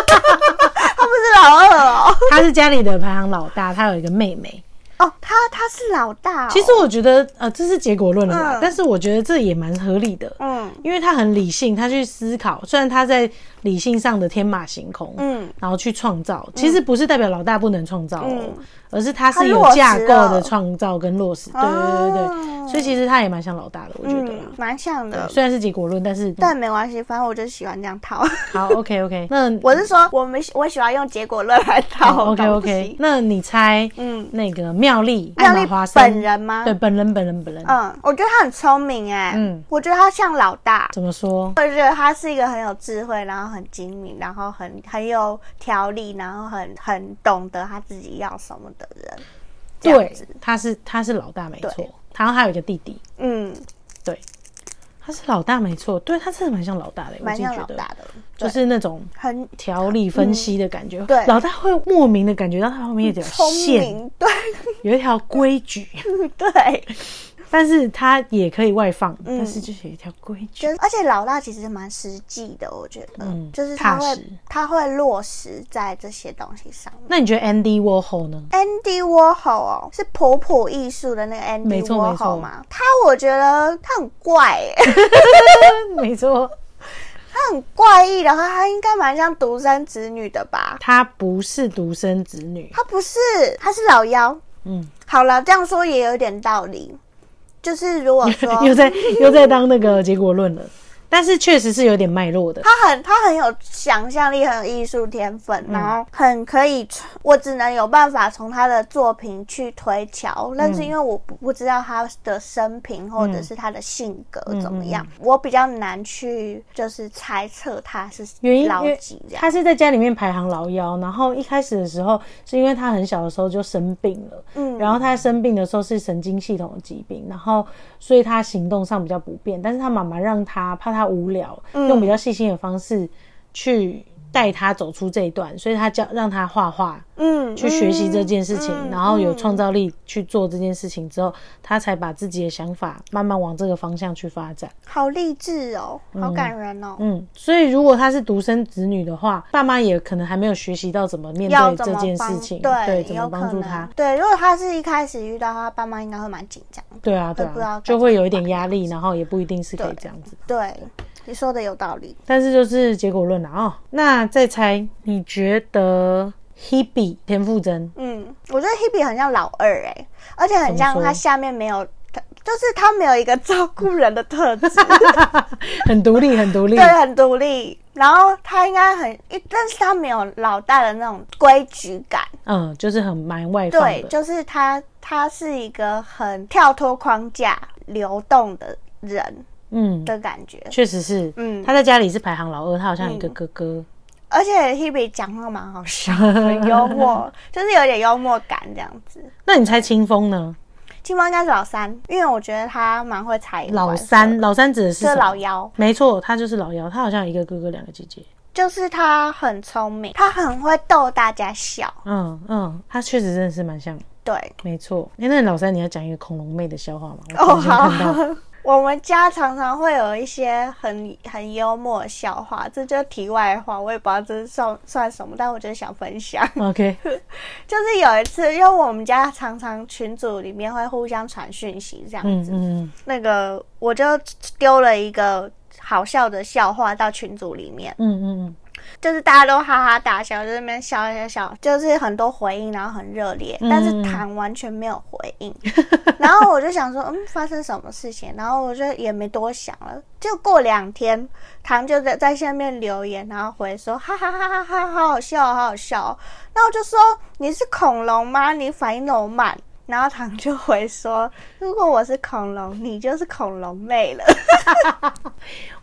Speaker 2: 他不是老二 哦，
Speaker 1: 他是家里的排行老大，他有一个妹妹。
Speaker 2: 哦，他他是老大、哦。
Speaker 1: 其实，我觉得，呃，这是结果论了啦，
Speaker 2: 嗯
Speaker 1: 但是我觉得这也蛮合理的。
Speaker 2: 嗯
Speaker 1: 因为他很理性，他去思考，虽然他在理性上的天马行空，
Speaker 2: 嗯，
Speaker 1: 然后去创造，其实不是代表老大不能创造、哦，
Speaker 2: 嗯
Speaker 1: 而是他
Speaker 2: 他
Speaker 1: 是有
Speaker 2: 落实
Speaker 1: 架构的
Speaker 2: 了
Speaker 1: 创造跟落实。对对对对对，
Speaker 2: 哦
Speaker 1: 所以其实他也蛮像老大的，我觉得啦。
Speaker 2: 嗯，蛮像的。
Speaker 1: 虽然是结果论，但是
Speaker 2: 但没关系，反正我就喜欢这样套。
Speaker 1: 好，OK OK，那
Speaker 2: 我是说，我们我喜欢用结果论来套
Speaker 1: 好哎 OK
Speaker 2: 东
Speaker 1: OK，
Speaker 2: 西。
Speaker 1: 那你猜
Speaker 2: 嗯
Speaker 1: 那个妙丽
Speaker 2: 妙丽
Speaker 1: 爱马华生
Speaker 2: 本人吗
Speaker 1: 对，本人本人本人，
Speaker 2: 嗯，我觉得他很聪明哎，
Speaker 1: 嗯
Speaker 2: 我觉得他像老大，
Speaker 1: 怎么说？
Speaker 2: 我觉得他是一个很有智慧，然后很精明，然后很很有条理，然后很很懂得他自己要什么的人。这样
Speaker 1: 对
Speaker 2: 子，
Speaker 1: 他是他是老大没
Speaker 2: 对
Speaker 1: 错，然后还有一个弟弟，
Speaker 2: 嗯，
Speaker 1: 对，他是老大没错，对他真的蛮像老大的，我
Speaker 2: 蛮
Speaker 1: 自己
Speaker 2: 像
Speaker 1: 觉
Speaker 2: 老
Speaker 1: 得
Speaker 2: 大的，
Speaker 1: 就
Speaker 2: 对
Speaker 1: 是那种
Speaker 2: 很
Speaker 1: 条理分析的感觉，
Speaker 2: 对
Speaker 1: 老大会莫名的感觉到他旁边有一条
Speaker 2: 聪
Speaker 1: 线，
Speaker 2: 明， 对
Speaker 1: 有一条规 矩，
Speaker 2: 对，
Speaker 1: 但是他也可以外放，
Speaker 2: 嗯
Speaker 1: 但是就是有一条规矩
Speaker 2: 就，而且老大其实蛮实际的，我觉得，
Speaker 1: 嗯
Speaker 2: 就是他
Speaker 1: 踏
Speaker 2: 会
Speaker 1: 实
Speaker 2: 他会落实在这些东西上面。
Speaker 1: 那你觉得 Andy Warhol 呢？
Speaker 2: Andy Warhol 哦，是普普艺术的那个 Andy
Speaker 1: 没错没错
Speaker 2: Warhol 吗？他我觉得他很怪、欸，
Speaker 1: 没错，
Speaker 2: 他很怪异，然后他应该蛮像独生子女的吧？
Speaker 1: 他不是独生子女，
Speaker 2: 他不是，他是老幺。
Speaker 1: 嗯，
Speaker 2: 好了，这样说也有点道理。就是如果 哦说
Speaker 1: 又在又在当那个结果论了，但是确实是有点脉络的，
Speaker 2: 他很他很有想象力，很有艺术天分，
Speaker 1: 嗯
Speaker 2: 然后很可以，我只能有办法从他的作品去推敲，但
Speaker 1: 嗯
Speaker 2: 是因为我不不知道他的生平或者是他的性格怎么样，
Speaker 1: 嗯
Speaker 2: 我比较难去就是猜测他是
Speaker 1: 原因因
Speaker 2: 老
Speaker 1: 为
Speaker 2: 几这样。
Speaker 1: 他是在家里面排行老幺，然后一开始的时候是因为他很小的时候就生病了，
Speaker 2: 嗯
Speaker 1: 然后他生病的时候是神经系统的疾病，然后所以他行动上比较不便，但是他妈妈让他怕他无聊，
Speaker 2: 嗯
Speaker 1: 用比较细心的方式去带他走出这一段，所以他教让他画画，
Speaker 2: 嗯，
Speaker 1: 去学习这件事情，
Speaker 2: 嗯
Speaker 1: 然后有创造力去做这件事情之后，他才把自己的想法慢慢往这个方向去发展。
Speaker 2: 嗯好励志哦，好感人哦。
Speaker 1: 嗯，所以如果他是独生子女的话，爸妈也可能还没有学习到怎么面
Speaker 2: 要
Speaker 1: 对
Speaker 2: 怎
Speaker 1: 这
Speaker 2: 么
Speaker 1: 件事
Speaker 2: 帮
Speaker 1: 情，
Speaker 2: 对，
Speaker 1: 怎么
Speaker 2: 有可
Speaker 1: 帮助
Speaker 2: 能
Speaker 1: 他。
Speaker 2: 对，如果他是一开始遇到他爸妈，应该会蛮紧张的。
Speaker 1: 对啊，对
Speaker 2: 会不知道
Speaker 1: 啊
Speaker 2: 该，
Speaker 1: 就会有一点压 力，然后也不一定是可以
Speaker 2: 对
Speaker 1: 这样子。
Speaker 2: 对，你说的有道理。
Speaker 1: 但是就是结果论了哦。那再猜，你觉得 Hebe 田馥甄
Speaker 2: 嗯，我觉得 Hebe 很像老二哎、而且很
Speaker 1: 怎
Speaker 2: 像
Speaker 1: 么说
Speaker 2: 他下面没有，他就是他没有一个照顾人的 特质，
Speaker 1: 很独立，很独立
Speaker 2: 对，，啊很独立。然后他应该很，但是他没有老大的那种规矩感，
Speaker 1: 嗯，就是很蛮外放
Speaker 2: 对，
Speaker 1: 的，
Speaker 2: 就是他他是一个很跳脱框架、流动的人
Speaker 1: 嗯，
Speaker 2: 的感觉。
Speaker 1: 确实是。
Speaker 2: 嗯
Speaker 1: 他在家里是排行老二，他好像有一个哥哥，
Speaker 2: 而且 Hebe 讲话蛮好笑，很幽默，就是有点幽默感这样子。
Speaker 1: 那你猜清风呢？
Speaker 2: 金猫应该是老三，因为我觉得他蛮会踩油
Speaker 1: 老
Speaker 2: 管的
Speaker 1: 三，老三指的是
Speaker 2: 就是
Speaker 1: 什么
Speaker 2: 老幺，
Speaker 1: 没错，他就是老幺，他好像有一个哥哥，两个姐姐。
Speaker 2: 就是他很聪明，他很会逗大家笑。
Speaker 1: 嗯嗯，他确实真的是蛮像，
Speaker 2: 对，
Speaker 1: 没错。哎、那老三，你要讲一个恐龙妹的笑话吗？我昨
Speaker 2: 哦
Speaker 1: 天看到，
Speaker 2: 好，我们家常常会有一些很很幽默的笑话，这就是题外话，我也不知道这是算算什么，但我就是想分享。
Speaker 1: OK，
Speaker 2: 就是有一次，因为我们家常常群组里面会互相传讯息这样
Speaker 1: 嗯
Speaker 2: 子，
Speaker 1: 嗯
Speaker 2: 那个我就丢了一个好笑的笑话到群组里面，
Speaker 1: 嗯嗯
Speaker 2: 就是大家都哈哈大笑，就在那边笑笑笑，就是很多回应，然后很热烈，
Speaker 1: 嗯
Speaker 2: 但是糖完全没有回应。然后我就想说，嗯，发生什么事情？然后我就也没多想了。就过两天，糖就在在下面留言，然后回说，哈哈哈哈哈，好好笑哦，好好笑哦。那我就说，你是恐龙吗？你反应那么慢。然后糖就回说：“如果我是恐龙，你就是恐龙妹了。
Speaker 1: 嗯，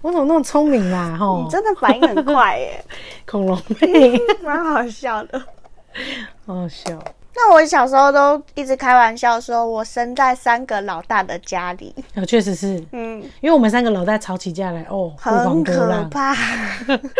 Speaker 1: 我怎么那么聪明啦？吼
Speaker 2: 你，真的反应很快耶，
Speaker 1: 恐龙妹，
Speaker 2: 蛮好笑的。”
Speaker 1: 好好笑。
Speaker 2: 那我小时候都一直开玩笑说，我生在三个老大的家里，
Speaker 1: 哦，确实是
Speaker 2: 嗯，
Speaker 1: 因为我们三个老大吵起架来，哦，不
Speaker 2: 很
Speaker 1: 遑多
Speaker 2: 可
Speaker 1: 让，
Speaker 2: 怕，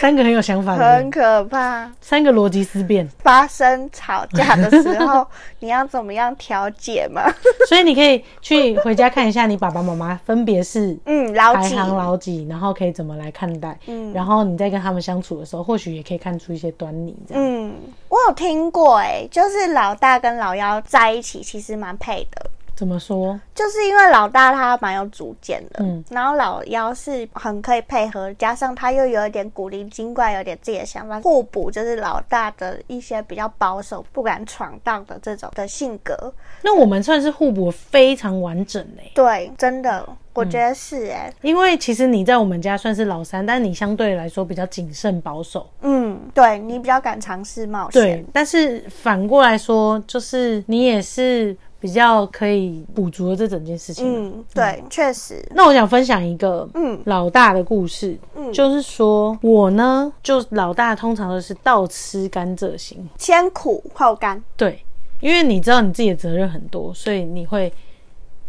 Speaker 1: 三个很有想法的
Speaker 2: 很
Speaker 1: 人，
Speaker 2: 可怕。
Speaker 1: 三个逻辑思辨，
Speaker 2: 发生吵架的时候， 你要怎么样调解嘛？
Speaker 1: 所以你可以去回家看一下你爸爸妈妈分别是
Speaker 2: 嗯，老
Speaker 1: 排
Speaker 2: 几，
Speaker 1: 行老几，然后可以怎么来看待，
Speaker 2: 嗯
Speaker 1: 然后你在跟他们相处的时候，或许也可以看出一些端倪，这样，
Speaker 2: 嗯，我有听过、欸，就是老大跟老幺在一起其实蛮配的。
Speaker 1: 怎么说？
Speaker 2: 就是因为老大他蛮有主见的，
Speaker 1: 嗯
Speaker 2: 然后老幺是很可以配合，加上他又有一点古灵精怪，有点自己的想法，互补就是老大的一些比较保守、不敢闯荡的这种的性格。
Speaker 1: 那我们算是互补非常完整嘞、
Speaker 2: 对，真的，我觉得是哎、
Speaker 1: 因为其实你在我们家算是老三，但你相对来说比较谨慎保守，
Speaker 2: 嗯，对你比较敢尝试冒
Speaker 1: 对
Speaker 2: 险，。
Speaker 1: 但是反过来说，就是你也是比较可以补足了这整件事情啊。
Speaker 2: 嗯，对，确实，
Speaker 1: 那我想分享一个，
Speaker 2: 嗯
Speaker 1: 老大的故事，
Speaker 2: 嗯
Speaker 1: 就是说我呢，就老大通常都是倒吃甘蔗型，
Speaker 2: 先苦后甘，
Speaker 1: 对，因为你知道你自己的责任很多，所以你会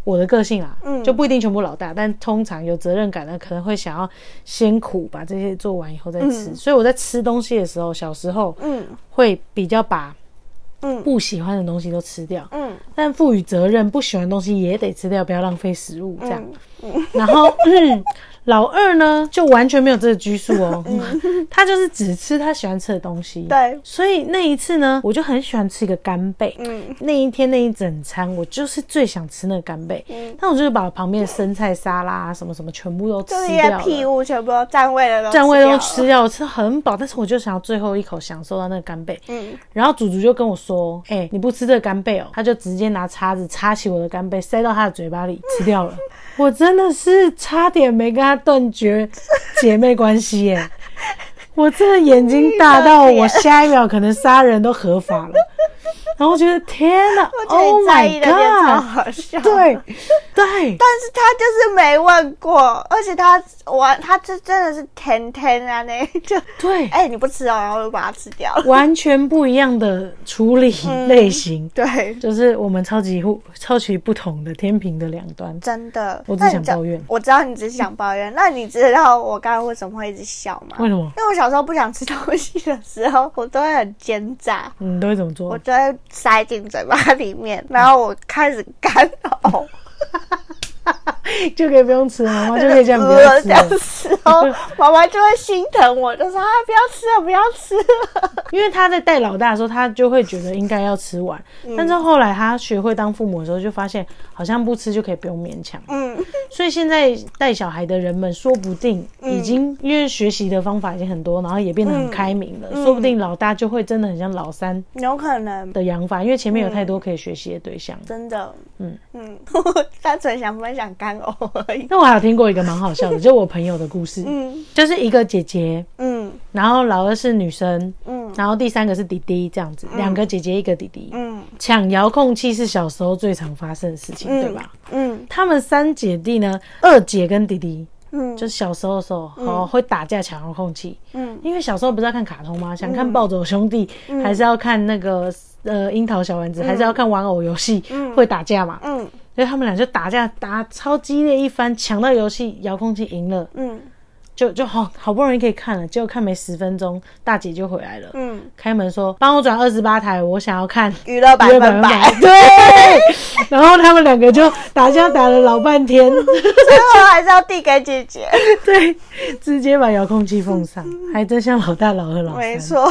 Speaker 1: 我的个性啊，
Speaker 2: 嗯
Speaker 1: 就不一定全部老大，但通常有责任感的可能会想要先苦把这些做完以后再吃，
Speaker 2: 嗯
Speaker 1: 所以我在吃东西的时候，小时候
Speaker 2: 嗯
Speaker 1: 会比较把
Speaker 2: 嗯
Speaker 1: 不喜欢的东西都吃掉，
Speaker 2: 嗯
Speaker 1: 但赋予责任，不喜欢的东西也得吃掉，不要浪费食物这样。
Speaker 2: 嗯
Speaker 1: 然后、嗯、老二呢，就完全没有这个拘束 哦，他就是只吃他喜欢吃的东西。
Speaker 2: 嗯对，
Speaker 1: 所以那一次呢，我就很喜欢吃一个干贝。
Speaker 2: 嗯
Speaker 1: 那一天那一整餐，我就是最想吃那个干贝，
Speaker 2: 嗯，
Speaker 1: 但我就是把旁边的生菜沙拉啊什么什么全部都吃
Speaker 2: 就是一
Speaker 1: 掉
Speaker 2: 些屁
Speaker 1: 了。
Speaker 2: 物全部都占位了，都
Speaker 1: 占位
Speaker 2: 掉
Speaker 1: 都
Speaker 2: 了
Speaker 1: 吃，掉，我吃很饱，但是我就想要最后一口享受到那个干贝。
Speaker 2: 嗯，
Speaker 1: 然后祖祖就跟我说：“哎、你不吃这个干贝哦。”他就直接拿叉子插起我的干贝，塞到他的嘴巴里吃 掉了。我真的是差点没跟他断绝 姐妹关系耶！我真的眼睛大到我下一秒可能杀人都合法了。然后我觉得天哪
Speaker 2: 我觉得
Speaker 1: ，Oh
Speaker 2: 你在意
Speaker 1: my
Speaker 2: 的点超
Speaker 1: god！
Speaker 2: 好笑，
Speaker 1: 对对，
Speaker 2: 但是他就是没问过，而且他我他这真的是天天啊那就
Speaker 1: 对
Speaker 2: 哎、你不吃哦，然后我就把它吃掉了。
Speaker 1: 完全不一样的处理类型，
Speaker 2: 对，
Speaker 1: 就是我们超级互超级不同的天平的两端。
Speaker 2: 真的。
Speaker 1: 我只
Speaker 2: 那你
Speaker 1: 想
Speaker 2: 知道
Speaker 1: 抱怨嗯
Speaker 2: 我知道你只是想抱怨。那你知道我刚刚为什么会一直笑吗？
Speaker 1: 为什么？
Speaker 2: 因为我小时候不想吃东西的时候，我都会很奸诈，
Speaker 1: 你都会怎么做
Speaker 2: 我？就会塞进嘴巴里面，然后我开始干呕，
Speaker 1: 就可以不用吃了，妈妈就可以这样不
Speaker 2: 呃
Speaker 1: 用吃
Speaker 2: 这样
Speaker 1: 了，
Speaker 2: 吃哦，妈妈就会心疼我，就说啊不要吃了，不要吃了。
Speaker 1: 因为他在带老大的时候，他就会觉得应该要吃完，
Speaker 2: 嗯
Speaker 1: 但是后来他学会当父母的时候，就发现好像不吃就可以不用勉强，
Speaker 2: 嗯
Speaker 1: 所以现在带小孩的人们，说不定已
Speaker 2: 嗯
Speaker 1: 经因为学习的方法已经很多，然后也变得很开明
Speaker 2: 嗯
Speaker 1: 了，说不定老大就会真的很像老三
Speaker 2: 有可能
Speaker 1: 的养法，因为前面有太多可以学习的对象。
Speaker 2: 真的，
Speaker 1: 嗯
Speaker 2: 嗯嗯，单纯想分享干呕而已。
Speaker 1: 那我还有听过一个蛮好笑的，就我朋友的故 事，
Speaker 2: 嗯
Speaker 1: 就是一个姐姐，
Speaker 2: 嗯
Speaker 1: 然后老二是女生，
Speaker 2: 嗯
Speaker 1: 然后第三个是弟弟，这样子，两个姐姐一个弟弟，
Speaker 2: 嗯
Speaker 1: 抢遥控器是小时候最常发生的事情，对吧？
Speaker 2: 嗯
Speaker 1: 他们三姐弟呢，二姐跟弟弟
Speaker 2: 嗯
Speaker 1: 就是小时候的时候，好、会打架抢遥控器。
Speaker 2: 嗯
Speaker 1: 因为小时候不是要看卡通吗？想看《暴走兄弟》还是要看那个呃《樱桃小丸子》还是要看玩偶游戏、会打架嘛？
Speaker 2: 嗯
Speaker 1: 所以他们俩就打架打超激烈一番，抢到游戏遥控器赢了，
Speaker 2: 嗯
Speaker 1: 就就好好不容易可以看了，结果看没十分钟，大姐就回来了，
Speaker 2: 嗯，。”
Speaker 1: 开门说：“帮我转二十八台，我想要看
Speaker 2: 娱乐百分百。
Speaker 1: 对， 然后他们两个就打架打了老半天，
Speaker 2: 最后还是要递给姐姐，
Speaker 1: 对，直接把遥控器奉上，还真像老大、老二、老三。
Speaker 2: 没错，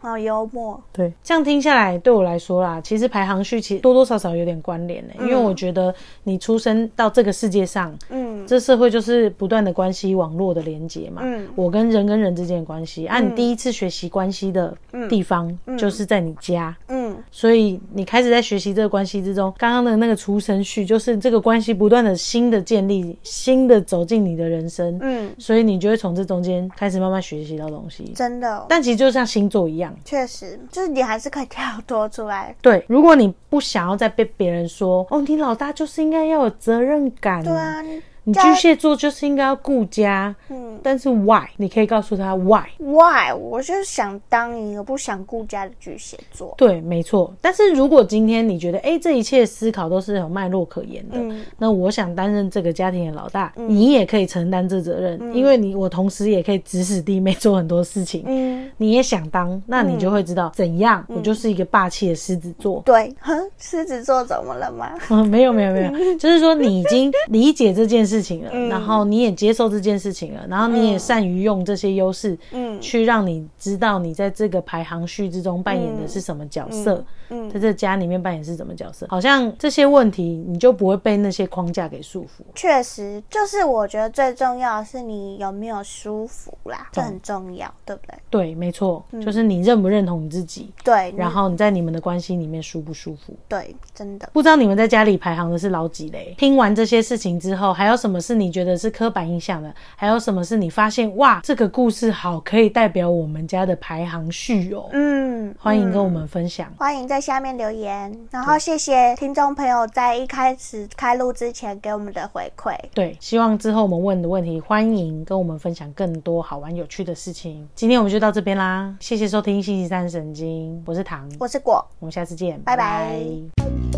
Speaker 2: 好幽默。
Speaker 1: 对，这样听下来，对我来说啦，其实排行序其实多多少少有点关联欸呢、因为我觉得你出生到这个世界上，
Speaker 2: 嗯
Speaker 1: 这社会就是不断的关系网络的连接嘛。
Speaker 2: 嗯
Speaker 1: 我跟人跟人之间的关系，啊，你第一次学习关系的地方就是在你家，
Speaker 2: 嗯
Speaker 1: 所以你开始在学习这个关系之中，刚刚的那个出生序就是这个关系不断的新的建立，新的走进你的人生，
Speaker 2: 嗯，
Speaker 1: 所以你就会从这中间开始慢慢学习到东西。
Speaker 2: 真的，
Speaker 1: 但其实就像星座一样，
Speaker 2: 确实，就是你还是可以跳脱出来。
Speaker 1: 对，如果你不想要再被别人说哦，你老大就是应该要有责任感，
Speaker 2: 对啊，
Speaker 1: 你巨蟹座就是应该要顾家。
Speaker 2: 嗯
Speaker 1: 但是 why？你可以告诉他 why。
Speaker 2: ，Why？我就是想当一个不想顾家的巨蟹座。
Speaker 1: 对，没错。但是如果今天你觉得，哎、这一切思考都是有脉络可言的，
Speaker 2: 嗯
Speaker 1: 那我想担任这个家庭的老大，你也可以承担这责任，因为你我同时也可以指使弟妹做很多事情。
Speaker 2: 嗯，
Speaker 1: 你也想当，那你就会知道怎样，我就是一个霸气的狮子 座。
Speaker 2: 对，哼，狮子座怎么了吗？
Speaker 1: 嗯，没有没有没 有，就是说你已经理解这件事情了，
Speaker 2: 嗯
Speaker 1: 然后你也接受这件事情了，然后你也善于用这些优势，
Speaker 2: 嗯
Speaker 1: 去让你知道你在这个排行序之中扮演的是什么角色，
Speaker 2: 嗯
Speaker 1: 在这家里面扮演是什么角色，好像这些问题你就不会被那些框架给束缚。
Speaker 2: 确实，就是我觉得最重要的是你有没有舒服啦，这很重要，对不对？
Speaker 1: 对，没错，
Speaker 2: 嗯
Speaker 1: 就是你认不认同你自己，
Speaker 2: 对，你
Speaker 1: 然后你在你们的关系里面舒不舒服。
Speaker 2: 对，真的，
Speaker 1: 不知道你们在家里排行的是老几嘞？听完这些事情之后，还有什么是你觉得是刻板印象的？还有什么是你发现哇，这个故事好可以代表我们家的排行序哦？
Speaker 2: 嗯，
Speaker 1: 欢迎跟我们分享。
Speaker 2: 欢迎在下面留言，然后谢谢听众朋友在一开始开录之前给我们的回馈。
Speaker 1: 对，希望之后我们问的问题，欢迎跟我们分享更多好玩有趣的事情。今天我们就到这边啦，谢谢收听星期三神经，我是唐，
Speaker 2: 我是果，
Speaker 1: 我们下次见，
Speaker 2: 拜拜
Speaker 1: 拜